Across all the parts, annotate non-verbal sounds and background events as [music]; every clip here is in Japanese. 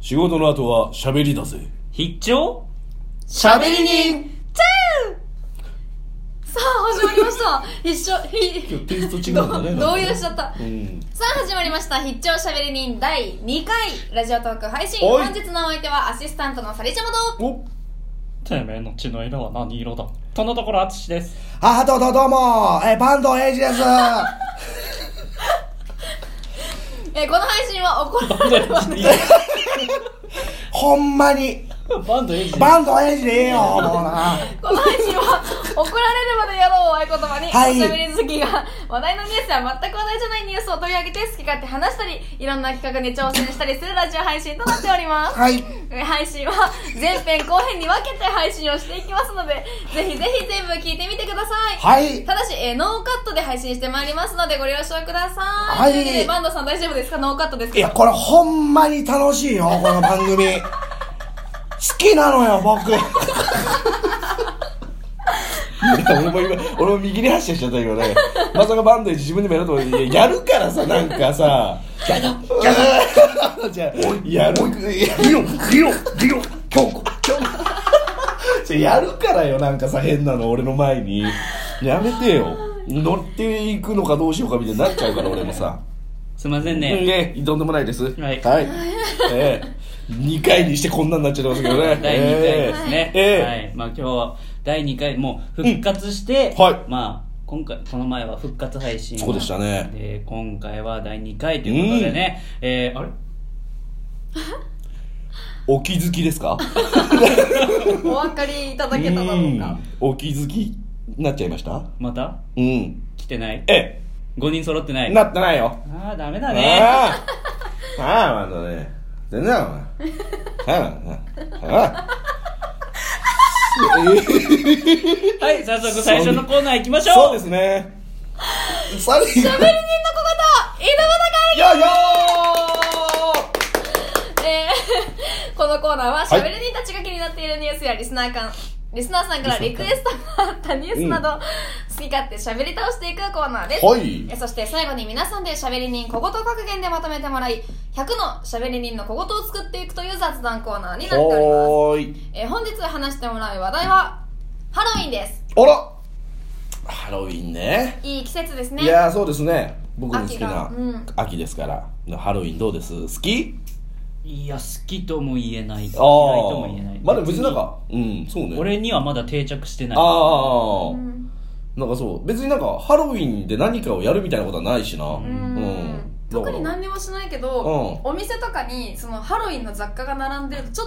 仕事の後は喋りだぜ必聴しゃべり人さあ始まりました必勝今ひ日テイスト違うんだ [laughs] ね動揺しちゃったうんさあ始まりました必聴しゃべり人第2回ラジオトーク配信おい本日のお相手はアシスタントのさりちゃまとおてめえの血の色は何色だとのところあつしです [laughs] あどうもどうもえバンドエイジですえーこの配信は怒られるわほんまにバンドエイジバンドエイジでええよもうな [laughs] この配信は怒られるまでやろうを合言葉に、はいおしゃべり好きが話題のニュースや全く話題じゃないニュースを取り上げて好き勝手話したりいろんな企画に挑戦したりするラジオ配信となっておりますはいえー配信は前編後編に分けて配信をしていきますのでぜひぜひ全部聞いてみてくださいはいただし、えーノーカットで配信してまいりますのでご了承ください。はいとうことでバンドさん大丈夫ですかノーカットですかいやこれほんまに楽しいよこの番組好きなのよ僕俺も今俺も右に発車しちゃった今ねまさかバンドエイジ自分でもやると思っていややるからさなんかさやだじゃあやる理論理論理論強固強固じゃあやるからよなんかさ変なの俺の前にやめてよ乗っていくのかどうしようかみたいになっちゃうから俺も [laughs] さすいませんねねとんでもないですはいはいええ2回にしてこんなになっちゃってますけどね [laughs] 第2回ですね、ええはいまあ今日は第2回もう復活して、うんはいまあ今回この前は復活配信そうでしたねで今回は第2回ということでね、えー、あれお気づきですかお分かりいただけただろうか。お気づきになっちゃいましたまたうん来てないえ5人揃ってなえいなってないよああダメだねああああまだね全然だお前ああああはい早速最初のコーナー行きましょうそうですねさり喋り人の小言、井戸よいよ端会議えー [laughs] このコーナーは喋り人たちが気になっているニュースやリスナー間、リスナーさんからリクエストがあったニュースなど、好き勝手喋り倒していくコーナーです。はいえそして最後に皆さんで喋り人小言格言でまとめてもらい、100の喋り人の小言を作っていくという雑談コーナーになっております。はーいえー本日話してもらう話題はハロウィンですあらハロウィンねいい季節ですいねやーそうですね僕の好きな秋がうん秋ですからハロウィンどうです好きいや好きとも言えない嫌いとも言えないまあでも別になんかうんそうね俺にはまだ定着してないああ、うんなんかそう別になんかハロウィンで何かをやるみたいなことはないしなうんうんだか特らに何にもしないけど、うお店とかにそのハロウィンの雑貨が並んでるとちょあっ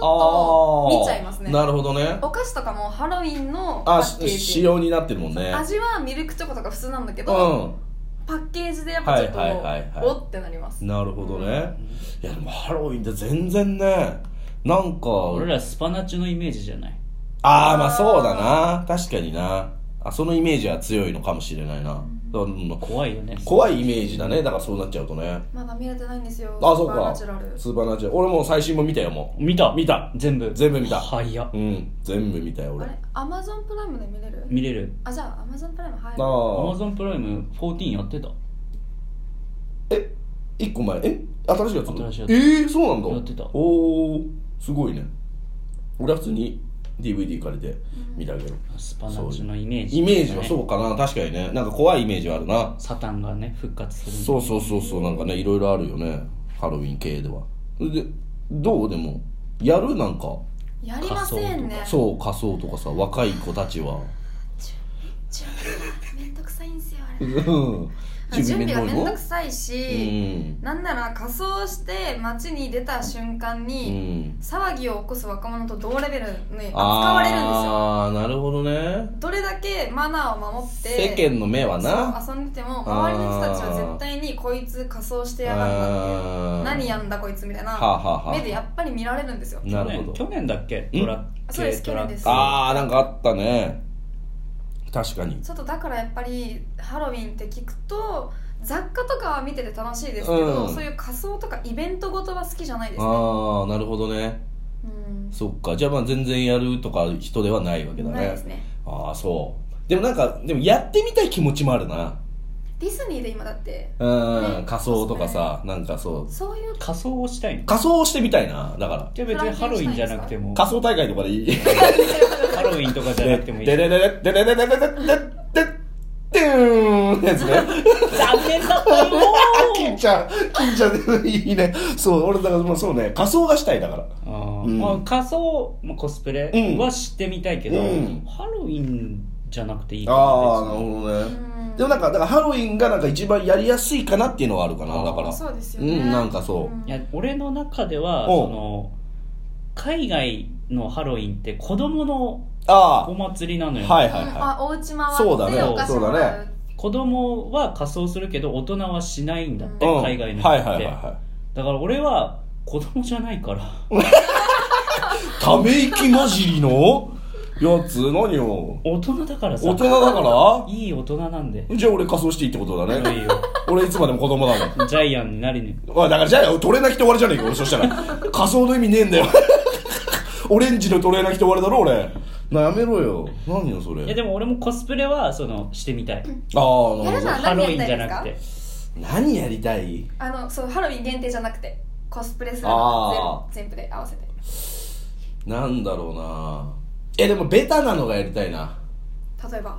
とー見ちゃいますねなるほどねお菓子とかもハロウィンのパあッケーし仕ジ様になってるもんね味はミルクチョコとか普通なんだけうど、んパッケージでやっぱちょっと、はいはいはいはいおってなりますなるほどね、いやでもハロウィンって全然ねなんか俺らスパナチュのイメージじゃないああまあそうだな確かになあそのイメージは強いのかもしれないな、うん怖いよね怖いイメージだねだからそうなっちゃうとねまだ見れてないんですよあそうスーパーかナチュラルスーパーナチュラル俺もう最新も見たよも見た見た全部全部見た早っううん全部見たよ俺あれアマゾンプライムで見れる見れるあじゃあアマゾンプライム入るあアマあゾンプライム14やってたえ一個前え新しいやつ新しいやつえー、そうなんだやってたおおすごいね俺は普通に DVD 借りて見たけど、スパナチュのイメージ、イメージはそうかな確かにねなんか怖いイメージはあるなサタンがね復活するみたいそうそうそうそうなんかねいろいろあるよねハロウィン系ではでどうでもやるなんかやりませんねそう仮装とかさ若い子たちは準備がめんどくさいんですよあれうん準備がめんどのくさいうし、んなんなら仮装して街に出た瞬間うに、ん騒ぎを起こす若者と同レベルに扱われるんですよああなるほどねどれだけマナーを守って世間の目はなそう遊んでても周りの人たちは絶対にこいつ仮装してやがるなっていうあー何やんだこいつみたいはあなはあはあ目でやっぱり見られるんですよなるほ去ど年去年だっけトラそうです軽トラ去年ですああなんかあったね確かにちょっとだからやっぱりハロウィンって聞くと雑貨とかは見てて楽しいですけど、うんそういう仮装とかイベントごとは好きじゃないですねああなるほどねうんそっかじゃあまあ全然やるとか人ではないわけだねないですねああそうでもなんかでもやってみたい気持ちもあるなディズニーで今だってうん仮装とかさなんかそうそういう仮装をしたいの仮装してみたいなだからじゃあ別にハロウィンじゃなくても仮装大会とかでいい [laughs] ハロウィンとかじゃなくてもいいででででででででででででーんやつね残念だったよ [laughs] 金ちゃん金ちゃんでいいねそう俺だからまあそうね仮装がしたいだからあーうんまあ、仮装、まあ、コスプレうんはしてみたいけど、うんハロウィンじゃなくていいかああななる別にほどねうんでもなんかだからハロウィンがなんか一番やりやすいかなっていうのはあるかなだからそうですようねんなんかそううんいや俺の中ではおうその海外のハロウィンって子供のあお祭りなのあよ、はいはいあはお家回ってそうだねお菓子もらそうだう子供は仮装するけど大人はしないんだって、いうん海外の人っはいて、はいはいはだから俺は子供じゃないからいため息混じりのやつ何を大人だからさ大人だかいい大人なんでらじゃあ俺仮装していいってことだいねい [laughs] よ俺いつまでも子供だもんジャイアンになりにおいだからじゃあトレーナー着て終わりじゃねえか俺そしたら仮装の意味ねえん [laughs] だよオレンジのトレーナー着て終わりだろ俺なやめろよ何よそれいやでも俺もコスプレはそのしてみたいああなるやほるなどらハロウ何ィやンりじたゃいでな何やりたいくてすかあのそうハロウィン限定じゃなくてコスプレするあのー全全部で合わせてなんだろうなえでもベタなのがやりたいな例えば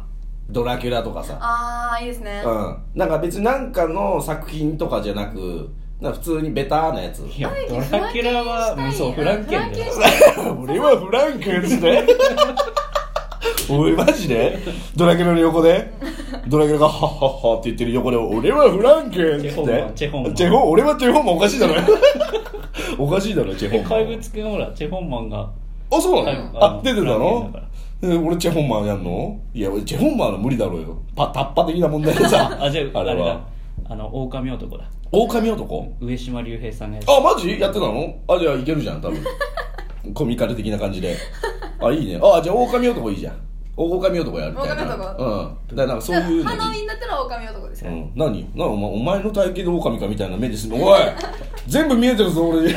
ドラキュラとかさああいいですねうんなんか別になんかの作品とかじゃなくなんか普通にベタなやついや何ドラキュラはもうそうフランケンだよフランケンしたい [laughs] 俺はフランクですね [laughs] おいマジでドラキュラの横でドラキュラが「はっはっは」って言ってる横で「俺はフランク」っつってチェホンマンチェホンマンチェホン俺はチェホンマンおかしいだろおかしいだろチェホンマ怪ン物くんほらチェホンマンがあそうな怪の物あ出てたのフランケンだかえ俺チェホンマンやんのいや俺チェホンマンは無理だろうよパタッパ的な問題でさ [laughs] らあじゃああれれだはあの狼男だ狼男上島竜兵さんがやってあマジやってたのあじゃあいけるじゃん [laughs] 多分コミカル的な感じであいいねあじゃあ狼男いいじゃん狼男やるみたいな狼男うんだからなんかそういうのハロウにィンだったら狼男ですうよねん、何なお前お前の体型で狼かみたいな目ですんのおい [laughs] 全部見えてるぞ俺に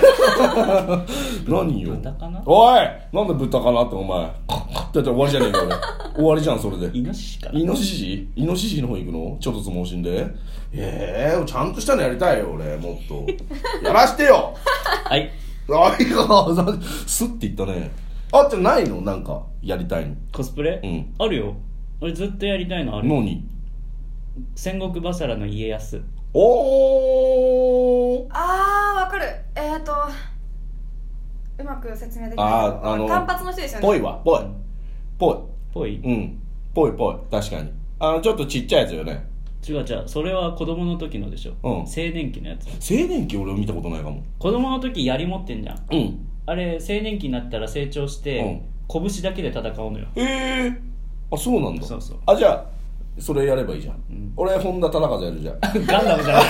[laughs] 何よ豚かなおいなんで豚かなってお前カッカッってやったら終わりじゃねえか俺終わりじゃんそれでイノシシかなイノシシイノシシの方行くのちょっと相撲死んでええちゃんとしたのやりたいよ俺もっ [laughs] とやらしてよはいあいやスッていったねあってないのなんかやりたいのコスプレ、うんあるよ俺ずっとやりたいのある何戦国バサラの家康おーああわかるえっとうまく説明できないあーあの単発の人ですよねぽいわぽいぽぽい、いうんぽいぽい確かにあのちょっとちっちゃいやつよね違う違うそれは子供の時のでしょ、うん青年期のやつ青年期俺見たことないかも子供の時槍持ってんじゃんうんあれ青年期になったら成長して、拳だけで戦うのよへえあそうなんだそうそうあじゃあそれやればいいじゃん、ん俺本田忠和やるじゃんガンダムじゃない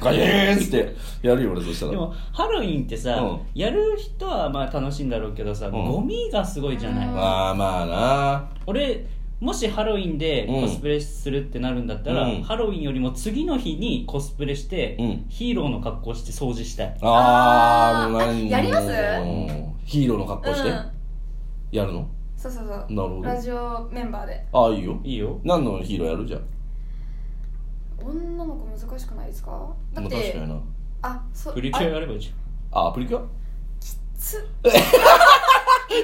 ガイーンってやるよ俺そしたらでもハロウィンってさ、うんやる人はまあ楽しいんだろうけどさ、ゴミがすごいじゃない、まあまあな俺もしハロウィンでうんコスプレするってなるんだったら、うんハロウィンよりも次の日にコスプレして、うんヒーローの格好して掃除したいあーあーもう何やりますうんヒーローの格好してうんやるのそうそうそうなるほどラジオメンバーでああいいよいいよ何のヒーローやるじゃん女の子難しくないですかだっまあ確かにてなあそうプリキュアあやればいいじあアプリキュアつ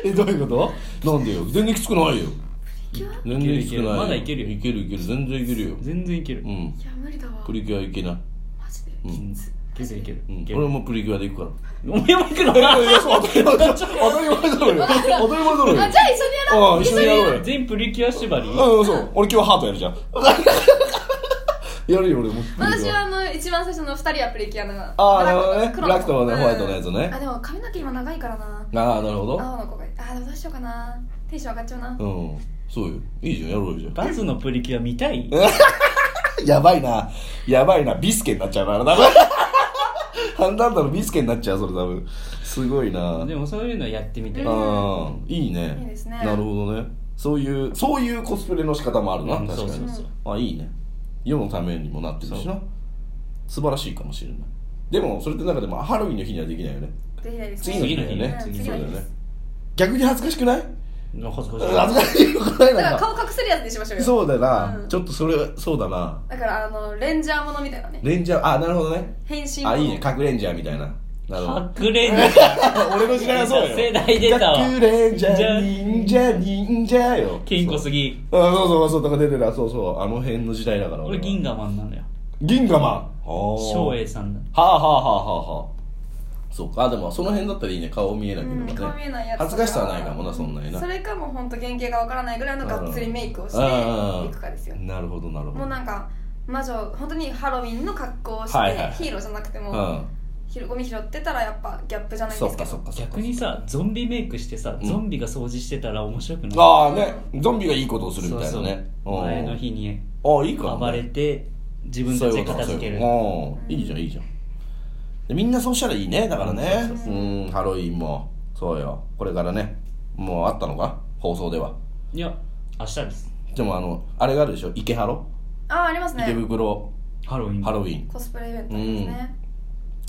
えどういうことなんでよ全然きつくないよキュア全然きつくないよまだいけるよいけるいける全然いけるよゃん全然いける、うんいや無理だわプリキュアいけない、マジでうん全然いける、うんいけ、る俺もプリキュアで行くからお前も行くのいやいやそう当たり前だ当たり前だろよ当たり前だろよあじゃあ一緒にやろうああ一緒にやろうよ全員プリキュア縛りうんそう俺今日ハートやる [laughs] じゃんやるよ俺もプリキュア私はあの一番最初の二人はプリキュアなあーなるほどね黒ブラックとねうんホワイトのやつねあでも髪の毛今長いからなああなるほど青の子があーでもどうしようかなテンション上がっちゃうなうんそうよいいじゃんやろうよじゃんバズのプリキュア見たい [laughs] やばいな。やばいな。ビスケにな [laughs] っちゃうから、多分。ハンダンダのビスケになっちゃう、それ多分。すごいな。でもそういうのやってみたいあーいいね。いいですねなるほどね。そういう、そういうコスプレの仕方もあるな、うん確かそうに。そうそうあ、いいね。世のためにもなってるしそな。素晴らしいかもしれない。でも、それってなんかでも、ハロウィンの日にはできないよね。できないです次の日だよね。うん次そうのだよ日でねす。逆に恥ずかしくないの恥ずかしい恥ずかしいよくないだかならんか顔隠せるやつにしましょうよそうだな、うんちょっとそれそうだなだからあのレンジャーものみたいなねレンジャーあなるほどね変身あいいね核レンジャーみたいななるほど隠れんじゃ俺の時代はそうよ世代出たわ核レンジャー忍者忍者よ金庫すぎあそうそうそうだから出てたそうそうあの辺の時代だから俺は銀河マンなのよ銀河マン照英さんだはあはあはあはあはあそうかあでもその辺だったらいいね顔見えなければね、うん顔見えないやつとか恥ずかしさはないかもなそんなになそれかもうほんと原型がわからないぐらいのがっつりメイクをしてうんいくかですよなるほどなるほどもうなんか魔女本当にハロウィンの格好をして、はいはいヒーローじゃなくても、うんひろゴミ拾ってたらやっぱギャップじゃないんそですっかけそどっかそっか逆にさゾンビメイクしてさうんゾンビが掃除してたら面白くないああねゾンビがいいことをするみたいそなうねそううん前の日にああいいかもね暴れて自分そたうちいでうこと片付けるそういうことうんいいじゃんいいじゃんでみんなそうしたらいいねだからねそうそううんハロウィンもそうよこれからねもうあったのか放送ではいや明日ですでもあのあれがあるでしょ池ハロあああります池ね袋ハロウィンハロウィンコスプレイベントですね、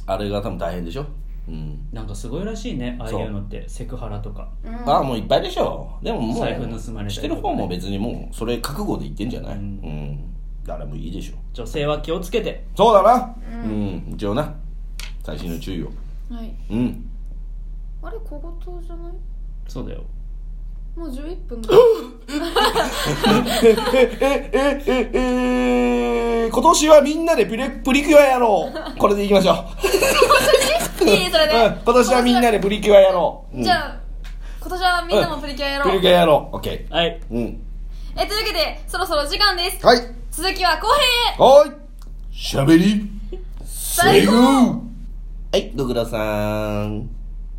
あれが多分大変でしょうんなんかすごいらしいねああいうのってセクハラとかうんああもういっぱいでしょでももう財布盗まれたりとかねしてる方も別にもうそれ覚悟で言ってんじゃないうんうん誰もいいでしょ女性は気をつけてそうだなうん一応な最新の注意をはい、うんあれ小言じゃないそうだよもう11分だええええええ今年はみんなでプレプリキュアやろうこれでいきましょう、いいそれで、うん今年はみんなでプリキュアやろう、うんじゃあ今年はみんなもプリキュアやろプう、リキュアやろうオッケはいーうんえというわけでそろそろ時間ですはい続きは後編へはーいしゃべり最後はいご苦労さん